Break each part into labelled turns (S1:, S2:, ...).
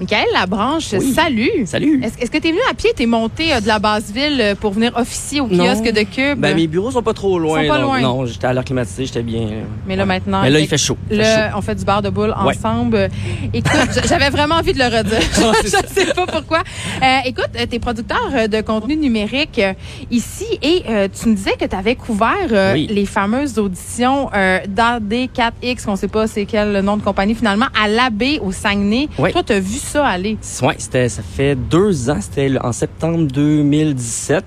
S1: Michael Labranche, salut.
S2: Salut.
S1: Est-ce est-ce que tu es venu à pied? T'es monté euh, de la basse ville euh, pour venir officier au
S2: Non.
S1: kiosque de Cube?
S2: Ben, mes bureaux sont pas trop loin.
S1: Sont pas
S2: donc-
S1: loin.
S2: Non, j'étais à l'air climatisé, j'étais bien. euh,
S1: Mais là,
S2: ouais.
S1: maintenant,
S2: Mais là, il
S1: avec
S2: fait chaud. il fait
S1: Là, on fait du bar de boules
S2: Ouais.
S1: ensemble. Euh, Écoute, j- j'avais vraiment envie de le redire. je sais pas pourquoi. Euh, écoute, euh, t'es producteur euh, de contenu numérique euh, ici et euh, tu me disais que tu avais couvert euh,
S2: Oui.
S1: les fameuses auditions euh, d'AD4X, qu'on sait pas c'est quel nom de compagnie finalement, à l'abbé au Saguenay.
S2: Oui.
S1: Toi, t'as vu ça aller.
S2: chaud. Ouais, c'était, ça fait deux ans, c'était le- en septembre 2017.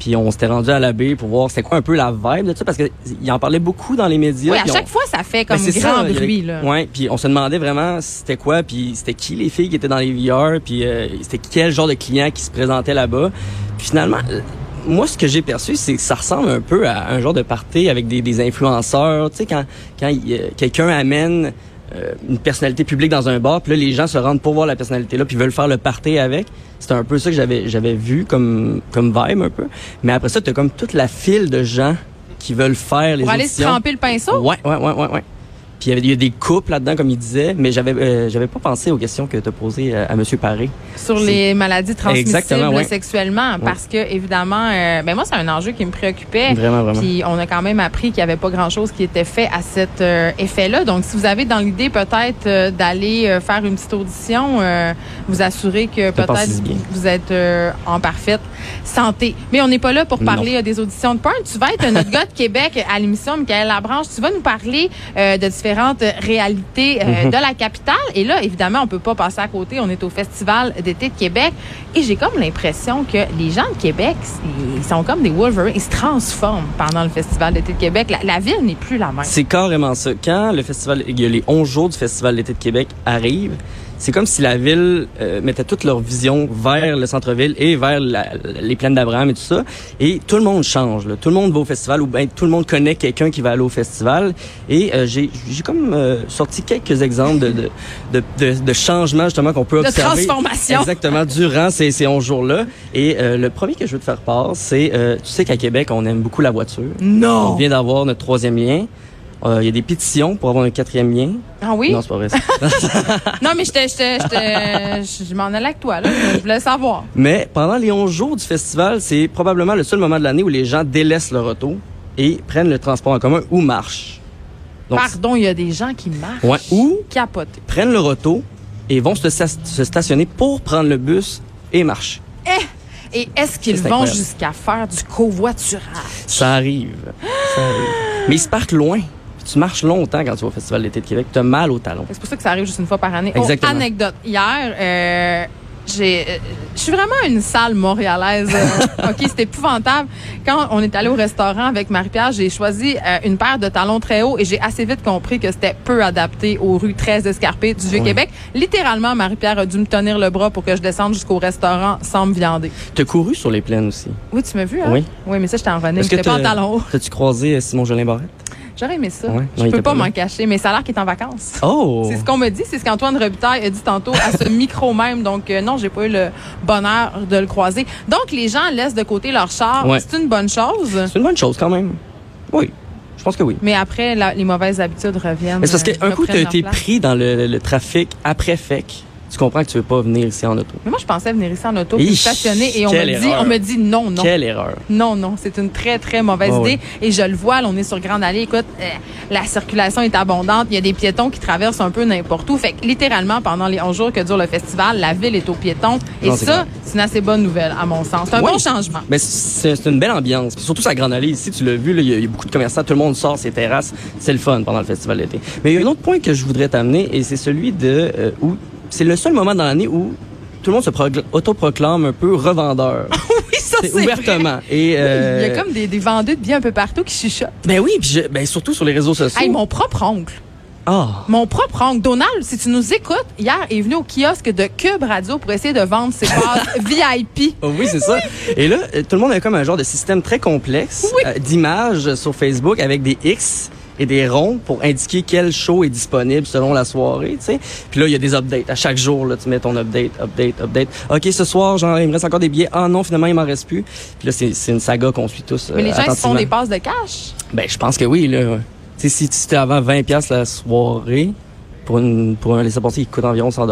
S2: Puis on s'était rendu à la baie pour voir c'était quoi un peu la vibe de ça, parce qu'il en parlait beaucoup dans les médias.
S1: Oui, à
S2: puis on-
S1: chaque fois, ça fait comme
S2: Ben, c'est
S1: grand
S2: ça, il y avait-
S1: bruit. Là.
S2: Ouais, puis on se demandait vraiment c'était quoi, puis c'était qui les filles qui étaient dans les VR, puis euh, c'était quel genre de client qui se présentait là-bas. Puis finalement, euh, moi ce que j'ai perçu, c'est que ça ressemble un peu à un genre de party avec des, des influenceurs, tu sais quand quand il, euh, quelqu'un amène euh, une personnalité publique dans un bar, puis là les gens se rendent pour voir la personnalité là, puis veulent faire le party avec. C'était un peu ça que j'avais j'avais vu comme comme vibe un peu. Mais après ça, t'as comme toute la file de gens qui veulent faire les
S1: Pour aller se
S2: auditions.
S1: tremper le pinceau.
S2: Ouais, ouais, ouais, ouais, ouais. Puis il y avait- il y a des couples là-dedans, comme il disait, mais j'avais euh, j'avais pas pensé aux questions que tu as posées euh, à Monsieur Paré.
S1: sur les maladies transmissibles
S2: Exactement, ouais.
S1: sexuellement parce que évidemment euh, ben moi c'est un enjeu qui me préoccupait
S2: Vraiment, vraiment.
S1: puis on a quand même appris qu'il y avait pas grand chose qui était fait à cet euh, effet-là donc si vous avez dans l'idée peut-être euh, d'aller euh, faire une petite audition euh, vous assurez que
S2: passes
S1: peut-être
S2: bien.
S1: vous êtes euh, en parfaite santé mais on n'est pas là pour
S2: Non.
S1: parler euh, des auditions de porn tu vas être notre gars de Québec à l'émission Michael Labranche tu vas nous parler euh, de différentes réalités euh,
S2: Mhm.
S1: de la capitale et là évidemment on peut pas passer à côté on est au festival d'été de Québec et j'ai comme l'impression que les gens de Québec ils sont comme des Wolverines ils se transforment pendant le festival d'été de Québec la, la ville n'est plus la même
S2: C'est carrément ça. Quand le festival, il y a les 11 jours du Festival d'été de Québec arrivent, c'est comme si la ville euh, mettait toute leur vision vers le centre-ville et vers la- les plaines d'Abraham et tout ça. Et tout le monde change. là. Tout le monde va au festival ou bien tout le monde connaît quelqu'un qui va aller au festival. Et euh, j'ai j'ai comme euh, sorti quelques exemples de, de, de, de- de changements justement qu'on peut
S1: De
S2: observer.
S1: transformation.
S2: Exactement, durant ces, ces 11 jours-là. Et euh, le premier que je veux te faire part, c'est, euh, tu sais qu'à Québec, on aime beaucoup la voiture.
S1: non
S2: On vient d'avoir notre troisième lien. Euh, Il y a des pétitions pour avoir un quatrième lien.
S1: ah oui
S2: Non, c'est pas vrai. ça.
S1: non mais je te- je te- je te- je m'en allais avec toi là je voulais savoir
S2: Mais pendant les 11 jours du festival, c'est probablement le seul moment de l'année où les gens délaissent leur auto et prennent le transport en commun ou marchent. Donc,
S1: pardon il y a des gens qui marchent
S2: Ouais. Ou
S1: capotés
S2: prennent leur auto et vont se, sta- se stationner pour prendre le bus et marcher.
S1: Et est-ce qu'ils
S2: Ça, c'est
S1: vont
S2: incroyable.
S1: jusqu'à faire du covoiturage?
S2: Ça arrive. Ça arrive. Mais ils se partent loin. Tu marches longtemps quand tu vas au Festival d'été de Québec. Tu as mal aux talons.
S1: C'est pour ça que ça arrive juste une fois par année. Oh,
S2: Exactement.
S1: anecdote. Hier, euh, j'ai, euh, je suis vraiment une salle montréalaise. Euh, OK, c'est épouvantable. Quand on est allé au restaurant avec Marie-Pierre, j'ai choisi euh, une paire de talons très hauts et j'ai assez vite compris que c'était peu adapté aux rues très escarpées du Vieux-Québec. Littéralement, Marie-Pierre a dû me tenir le bras pour que je descende jusqu'au restaurant sans me viander.
S2: Tu as couru sur les plaines aussi.
S1: Oui, tu m'as vu, hein?
S2: Oui.
S1: Oui, mais ça, j'étais en running.
S2: Est-ce que
S1: J'étais pas en talons hauts.
S2: As-tu croisé euh, Simon Jolin Barrette?
S1: J'aurais aimé ça.
S2: Ouais. Non,
S1: je
S2: il
S1: peux
S2: était
S1: pas
S2: pas là.
S1: m'en cacher, mais ça a l'air qu'il est en vacances.
S2: Oh!
S1: C'est ce qu'on me dit, c'est ce qu'Antoine Robitaille a dit tantôt à ce micro même. Donc euh, non, j'ai pas eu le bonheur de le croiser. Donc les gens laissent de côté leur char,
S2: Ouais.
S1: c'est une bonne chose.
S2: C'est une bonne chose quand même. Oui, je pense que oui.
S1: Mais après, la- les mauvaises habitudes reviennent.
S2: Mais c'est parce
S1: euh,
S2: qu'un coup, tu as
S1: reprennent
S2: été
S1: leur place.
S2: pris dans le, le trafic après FEC. Tu comprends que tu veux pas venir ici en auto.
S1: Mais moi, je pensais venir ici en auto, puis
S2: Ish,
S1: stationner, et on me
S2: quelle
S1: dit,
S2: erreur.
S1: on me dit non, non.
S2: Quelle erreur.
S1: Non, non, c'est une très, très mauvaise
S2: Ah
S1: idée. Et je le vois, là, on est sur Grande Allée. Écoute, euh, la circulation est abondante. Il y a des piétons qui traversent un peu n'importe où. Fait que littéralement, pendant les 11 jours que dure le festival, la ville est aux piétons. Et
S2: Non, c'est
S1: ça,
S2: clair.
S1: c'est une assez bonne nouvelle, à mon sens. C'est un
S2: Oui.
S1: bon changement.
S2: Mais c'est c'est une belle ambiance. Puis surtout, sa grande allée ici, tu l'as vu, là, il y, a- il y a beaucoup de commerçants, tout le monde sort ses terrasses. C'est le fun pendant le festival d'été. Mais il y a un autre point que je voudrais t'amener, et c'est celui de euh, où c'est le seul moment dans l'année où tout le monde se progla- autoproclame un peu revendeur.
S1: Oui, ça,
S2: C'est
S1: Ah, vrai.
S2: ouvertement. Et,
S1: Il y a
S2: euh,
S1: comme des, des vendeurs de biens un peu partout qui chuchotent.
S2: Ben oui, puis je- ben surtout sur les réseaux sociaux.
S1: Hey, mon propre oncle.
S2: Ah.
S1: Mon propre oncle. Donald, si tu nous écoutes, hier est venu au kiosque de Cube Radio pour essayer de vendre ses passes VIP.
S2: Oh oui, c'est ça. Et là, euh, tout le monde a comme un genre de système très complexe
S1: Oui.
S2: euh, d'images sur Facebook avec des X et des ronds pour indiquer quel show est disponible selon la soirée, tu sais. Puis là, il y a des updates. À chaque jour, là, tu mets ton update, update, update. OK, ce soir, genre, il me reste encore des billets. Ah non, finalement, il m'en reste plus. Puis là, c'est c'est une saga qu'on suit tous.
S1: Mais
S2: euh,
S1: les gens, ils se font
S2: attentivement.
S1: des passes de cash.
S2: Ben, je pense que oui, là. ouais. Tu sais, si tu t'es avant 20 pièces la soirée, pour, une, pour un laisser-passer qui coûte environ 100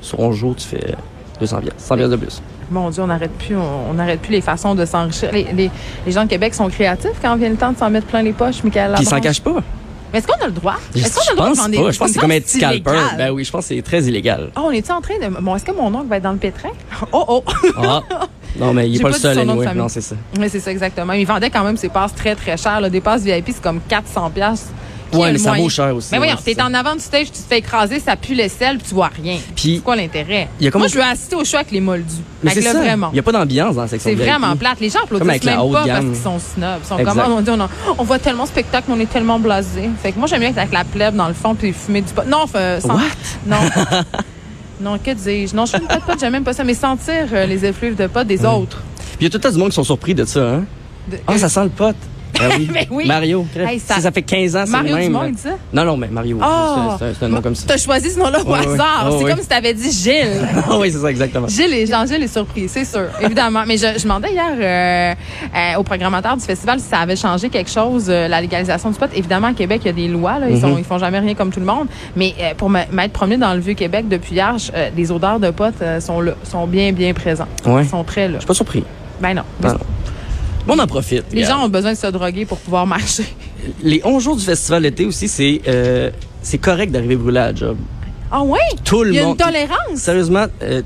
S2: sur 11 jours, tu fais 200 pièces, 100 pièces de plus.
S1: Mon Dieu, on n'arrête plus, on on n'arrête plus les façons de s'enrichir. Les, les- les gens de Québec sont créatifs quand vient le temps de s'en mettre plein les poches, Michael.
S2: Puis ils s'en
S1: Labranche.
S2: cachent pas.
S1: Mais est-ce qu'on a le droit?
S2: Je,
S1: Est-ce qu'on a le droit
S2: pense
S1: de vendre des
S2: pas. Je pense que c'est comme un petit scalper.
S1: illégal.
S2: Ben oui, je pense que c'est très illégal.
S1: Ah, on est-tu en train de. Bon, est-ce que mon oncle va être dans le pétrin? Oh, oh!
S2: Ah. Non, mais il
S1: J'ai
S2: est pas,
S1: pas
S2: le
S1: dit
S2: seul,
S1: son nom de
S2: anyway.
S1: famille.
S2: Non, c'est ça.
S1: Mais c'est ça, exactement. Il vendait quand même ses passes très, très chères. là. Des passes VIP, c'est comme 400$. piastres. Qui
S2: Ouais,
S1: a le
S2: mais ça
S1: moyen?
S2: vaut cher aussi,
S1: Mais
S2: ouais,
S1: voyons,
S2: c'est
S1: t'es
S2: ça.
S1: en avant du stage, tu te fais écraser, ça pue le sel, puis tu vois rien.
S2: Puis-
S1: C'est quoi l'intérêt?
S2: Il y a comme-
S1: Moi, je veux assister au show avec les moldus.
S2: Mais
S1: Fait
S2: c'est
S1: que là,
S2: ça.
S1: vraiment.
S2: Il n'y a pas d'ambiance dans la section
S1: C'est
S2: VIP.
S1: vraiment plate. Les gens
S2: Comme
S1: applaudissent
S2: avec la
S1: même
S2: haute
S1: pas parce
S2: gamme.
S1: qu'ils sont snobs. Ils sont
S2: Exact.
S1: comme, on, dit, on, en- on voit tellement de spectacles, mais on est tellement blasé. Fait que moi, j'aime bien être avec la plèbe dans le fond puis fumer du pot. Non, fait- sans-
S2: What?
S1: Non. non, que dis-je? Non, je fume pas de pot, j'aime même pas ça, mais sentir euh, les effluves de pot
S2: Mm.
S1: des autres.
S2: Puis il y a tout un tas de monde qui sont surpris de ça. Hein?
S1: De-
S2: Ah, ça sent le pote. Ben oui.
S1: Ben oui.
S2: Mario.
S1: Hey, ça-
S2: ça... ça fait 15 ans, c'est le
S1: Mario
S2: même.
S1: Dumont,
S2: hein.
S1: il dit ça?
S2: Non, non, mais Mario.
S1: Ah!
S2: C'est- C'est c'est un nom comme ça.
S1: T'as choisi ce nom-là au
S2: Ouais, ouais.
S1: hasard.
S2: Ouais,
S1: c'est
S2: ouais.
S1: comme si t'avais dit Gilles.
S2: Ah oui, c'est ça, exactement.
S1: Gilles et Jean-Gilles est surpris, c'est sûr, évidemment. Mais je, je demandais hier euh, euh, au programmateur du festival si ça avait changé quelque chose, euh, la légalisation du pot. Évidemment, à Québec, il y a des lois, là,
S2: Mhm.
S1: ils, sont, ils font jamais rien comme tout le monde. Mais euh, pour me- m'être promené dans le vieux Québec depuis hier, je- euh, les odeurs de pot euh, sont là, sont bien, bien présentes.
S2: Ouais.
S1: Ils sont très là.
S2: Je suis pas surpris.
S1: Ben non.
S2: Non, non. Bon, on en profite.
S1: Les
S2: regarde.
S1: gens ont besoin de se droguer pour pouvoir marcher.
S2: Les 11 jours du festival d'été aussi, c'est euh, c'est correct d'arriver brûlé à la job.
S1: Ah oui?
S2: Tout le
S1: Il y a une
S2: monde-
S1: tolérance.
S2: Sérieusement, euh,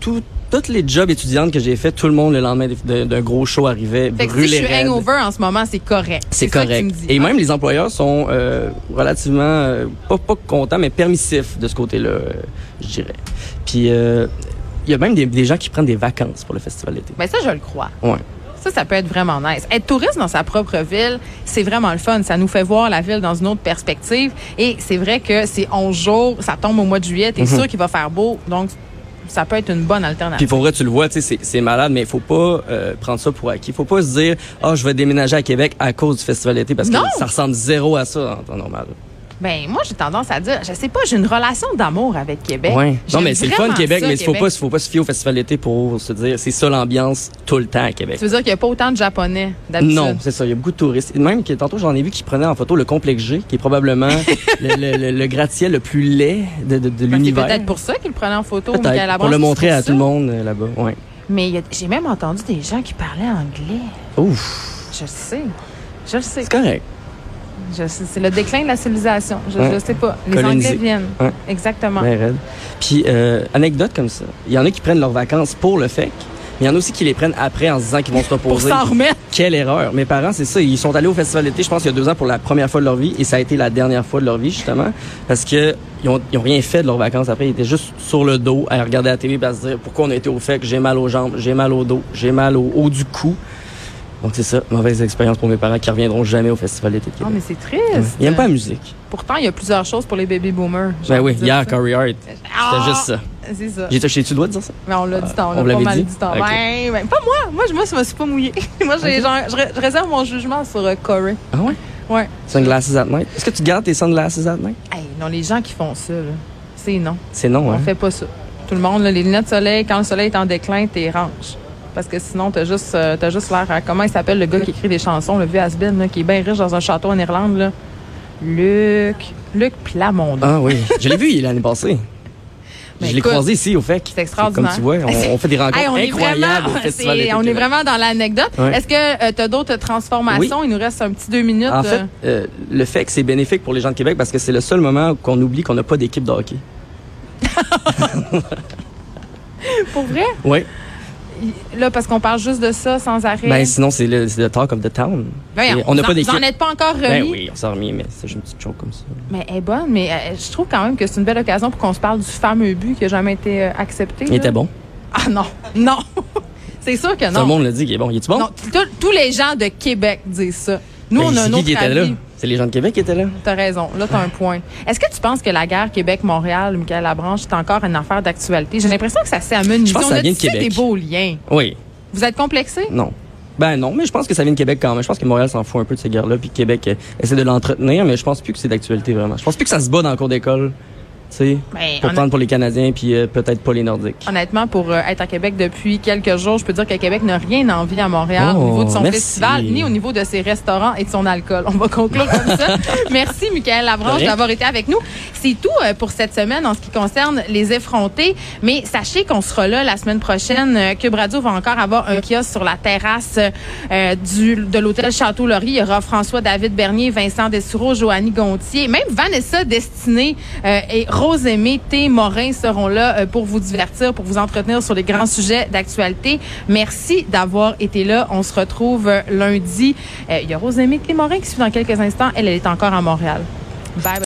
S2: tout- toutes les jobs étudiantes que j'ai fait, tout le monde le lendemain d'un d'un gros show arrivait
S1: Fait que si
S2: brûlé
S1: je suis
S2: raide.
S1: hangover en ce moment, c'est correct.
S2: C'est
S1: ça que tu me
S2: correct.
S1: dis.
S2: Et
S1: Ah.
S2: même les employeurs sont euh, relativement euh, pas, pas contents, mais permissifs de ce côté-là, euh, je dirais. Puis euh, il y a même des, des gens qui prennent des vacances pour le festival d'été.
S1: Ben ça, je le crois.
S2: Ouais.
S1: Ça, ça peut être vraiment nice. Être touriste dans sa propre ville, c'est vraiment le fun. Ça nous fait voir la ville dans une autre perspective. Et c'est vrai que c'est 11 jours, ça tombe au mois de juillet,
S2: Mhm.
S1: t'es sûr qu'il va faire beau. Donc, ça peut être une bonne
S2: Puis
S1: alternative.
S2: pour vrai, tu le vois, tu sais, c'est- c'est malade, mais il faut pas euh, prendre ça pour acquis. faut pas se dire, ah, je vais déménager à Québec à cause du festival d'été, parce
S1: Non.
S2: que ça ressemble zéro à ça en temps normal.
S1: Ben, moi, j'ai tendance à dire, je sais pas, j'ai une relation d'amour avec Québec.
S2: Non,
S1: J'aime
S2: mais c'est le fun
S1: vraiment
S2: Québec,
S1: ça,
S2: mais il faut pas, faut pas se fier au festival d'été pour se dire, c'est ça l'ambiance tout le temps à Québec.
S1: Tu veux dire qu'il y a pas autant de Japonais d'habitude?
S2: Non, c'est ça. Il y a beaucoup de touristes. Et Même que tantôt, j'en ai vu qui prenaient en photo le complexe G, qui est probablement le, le, le- le gratte-ciel le plus laid de, de, de
S1: Parce que C'est
S2: l'univers.
S1: peut-être pour ça qu'il le prenait en photo,
S2: Peut-être,
S1: Michael
S2: pour
S1: Labranche,
S2: le
S1: c'est
S2: montrer
S1: pour
S2: à
S1: ça.
S2: tout le monde euh, là-bas. Ouais.
S1: Mais il y a- j'ai même entendu des gens qui parlaient anglais.
S2: Ouf,
S1: Je le sais. Je le sais.
S2: c'est correct.
S1: Je sais, c'est le déclin de la civilisation. Je,
S2: Ouais.
S1: je sais pas. Les
S2: Colonisé.
S1: Anglais viennent.
S2: Ouais.
S1: Exactement.
S2: Ben, raide. Puis, euh, anecdote comme ça. Il y en a qui prennent leurs vacances pour le FEC. mais Il y en a aussi qui les prennent après en se disant qu'ils vont se
S1: Pour
S2: reposer.
S1: s'en remettre.
S2: Quelle erreur. Mes parents, c'est ça. Ils sont allés au festival d'été, je pense, il y a deux ans pour la première fois de leur vie. Et ça a été la dernière fois de leur vie, justement. Parce que ils ont, ils ont rien fait de leurs vacances après. Ils étaient juste sur le dos à regarder la télé et à se dire pourquoi on a été au fait que j'ai mal aux jambes, j'ai mal au dos, j'ai mal au haut du cou. Donc c'est ça, mauvaise expérience pour mes parents qui reviendront jamais au festival d'été de
S1: Non,
S2: Québec.
S1: Ah, mais c'est triste.
S2: Ils aiment pas la musique.
S1: Pourtant, il y a plusieurs choses pour les baby boomers. j'ai
S2: Ben
S1: envie
S2: oui,
S1: de dire ça.
S2: hier, Corey Hart.
S1: Ah!
S2: C'était juste ça.
S1: C'est ça.
S2: J'ai touché, tu dois dire ça?
S1: Mais on l'a dit tant, on,
S2: on
S1: l'a pas
S2: l'avait
S1: mal
S2: dit?
S1: dit tant.
S2: Ok.
S1: Ben, ben, pas moi. Moi, je, moi, je me suis pas mouillée. moi, j'ai- genre, je, ré- je réserve mon jugement sur euh, Corey.
S2: Ah ouais?
S1: Ouais.
S2: Sunglasses at night. Est-ce que tu gardes tes sunglasses at night?
S1: Hey, non, les gens qui font ça, là, c'est non.
S2: C'est non,
S1: On
S2: hein?
S1: fait pas ça. Tout le monde, là, les lunettes de soleil, quand le soleil est en déclin, t'es range. Parce que sinon, t'as juste, euh, t'as juste l'air à, comment il s'appelle le gars qui écrit des chansons, le vieux Asbin, là, qui est bien riche dans un château en Irlande, là. Luc, Luc Plamondon.
S2: Ah oui, je l'ai vu l'année passée.
S1: Mais
S2: je l'ai
S1: Ben, écoute,
S2: croisé ici au FEC.
S1: c'est extraordinaire.
S2: Comme tu vois, on, on fait des rencontres
S1: Hey, on est
S2: incroyables
S1: vraiment,
S2: Ah, au Festival
S1: c'est-
S2: d'été
S1: on est
S2: Québec.
S1: vraiment dans l'anecdote.
S2: Ouais.
S1: Est-ce que euh, t'as d'autres transformations? Il nous reste un petit deux minutes.
S2: En fait,
S1: euh,
S2: euh, le FEC, c'est bénéfique pour les gens de Québec parce que c'est le seul moment qu'on oublie qu'on n'a pas d'équipe de hockey.
S1: pour vrai?
S2: Oui.
S1: Il- Là, parce qu'on parle juste de ça sans arrêt.
S2: Ben, sinon, c'est le, c'est le talk of the town.
S1: Ben,
S2: Et on n'a
S1: vous
S2: pas
S1: en-
S2: d'équipe.
S1: Vous en êtes pas encore remis?
S2: Ben oui, on s'en remet, mais c'est juste une petite chose comme ça.
S1: Mais elle est bonne, mais euh, je trouve quand même que c'est une belle occasion pour qu'on se parle du fameux but qui a jamais été euh, accepté.
S2: Il
S1: là.
S2: était bon.
S1: Ah non, non. c'est sûr que
S2: Tout le
S1: non.
S2: monde le dit qu'il est bon. Il est-tu bon?
S1: Non, tout- tous les gens de Québec disent ça. Nous,
S2: Ben,
S1: on a
S2: c'est
S1: un
S2: qui
S1: autre
S2: qui était là?
S1: avis.
S2: C'est les gens de Québec qui étaient là.
S1: T'as raison. Là, t'as un point. Est-ce que tu penses que la guerre Québec-Montréal, Michael Labranche, c'est encore une affaire d'actualité? J'ai l'impression que ça s'amène.
S2: Je pense que
S1: on
S2: ça
S1: a
S2: vient de
S1: tissé
S2: Québec.
S1: des beaux liens.
S2: Oui,
S1: Vous êtes complexés?
S2: non. Ben non, mais je pense que ça vient de Québec quand même. Je pense que Montréal s'en fout un peu de ces guerres-là, puis Québec euh, essaie de l'entretenir, mais je pense plus que c'est d'actualité vraiment. Je pense plus que ça se bat dans le cours d'école, tu sais,
S1: Ben,
S2: pour
S1: on a-
S2: prendre pour les Canadiens, puis euh, peut-être pas les Nordiques.
S1: Honnêtement, pour euh, être à Québec depuis quelques jours, je peux dire que Québec n'a rien à envier à Montréal
S2: Oh,
S1: au niveau de son
S2: merci.
S1: festival, ni au niveau de ses restaurants et de son alcool. On va conclure comme ça. Merci, Michael Lavranche,
S2: De rien.
S1: d'avoir été avec nous. C'est tout euh, pour cette semaine en ce qui concerne les effrontés. Mais sachez qu'on sera là la semaine prochaine. Euh, Cube Radio va encore avoir un kiosque sur la terrasse euh, du, de l'hôtel Château-Laurie. Il y aura François-David Bernier, Vincent Dessureau, Joannie Gontier, même Vanessa Destinée euh, et Rosemée T. Morin seront là euh, pour vous divertir, pour vous entretenir sur les grands sujets d'actualité. Merci d'avoir été là. On se retrouve euh, lundi. Euh, il y a Rosemée T. Morin qui suit dans quelques instants. Elle, elle est encore à Montréal. Bye.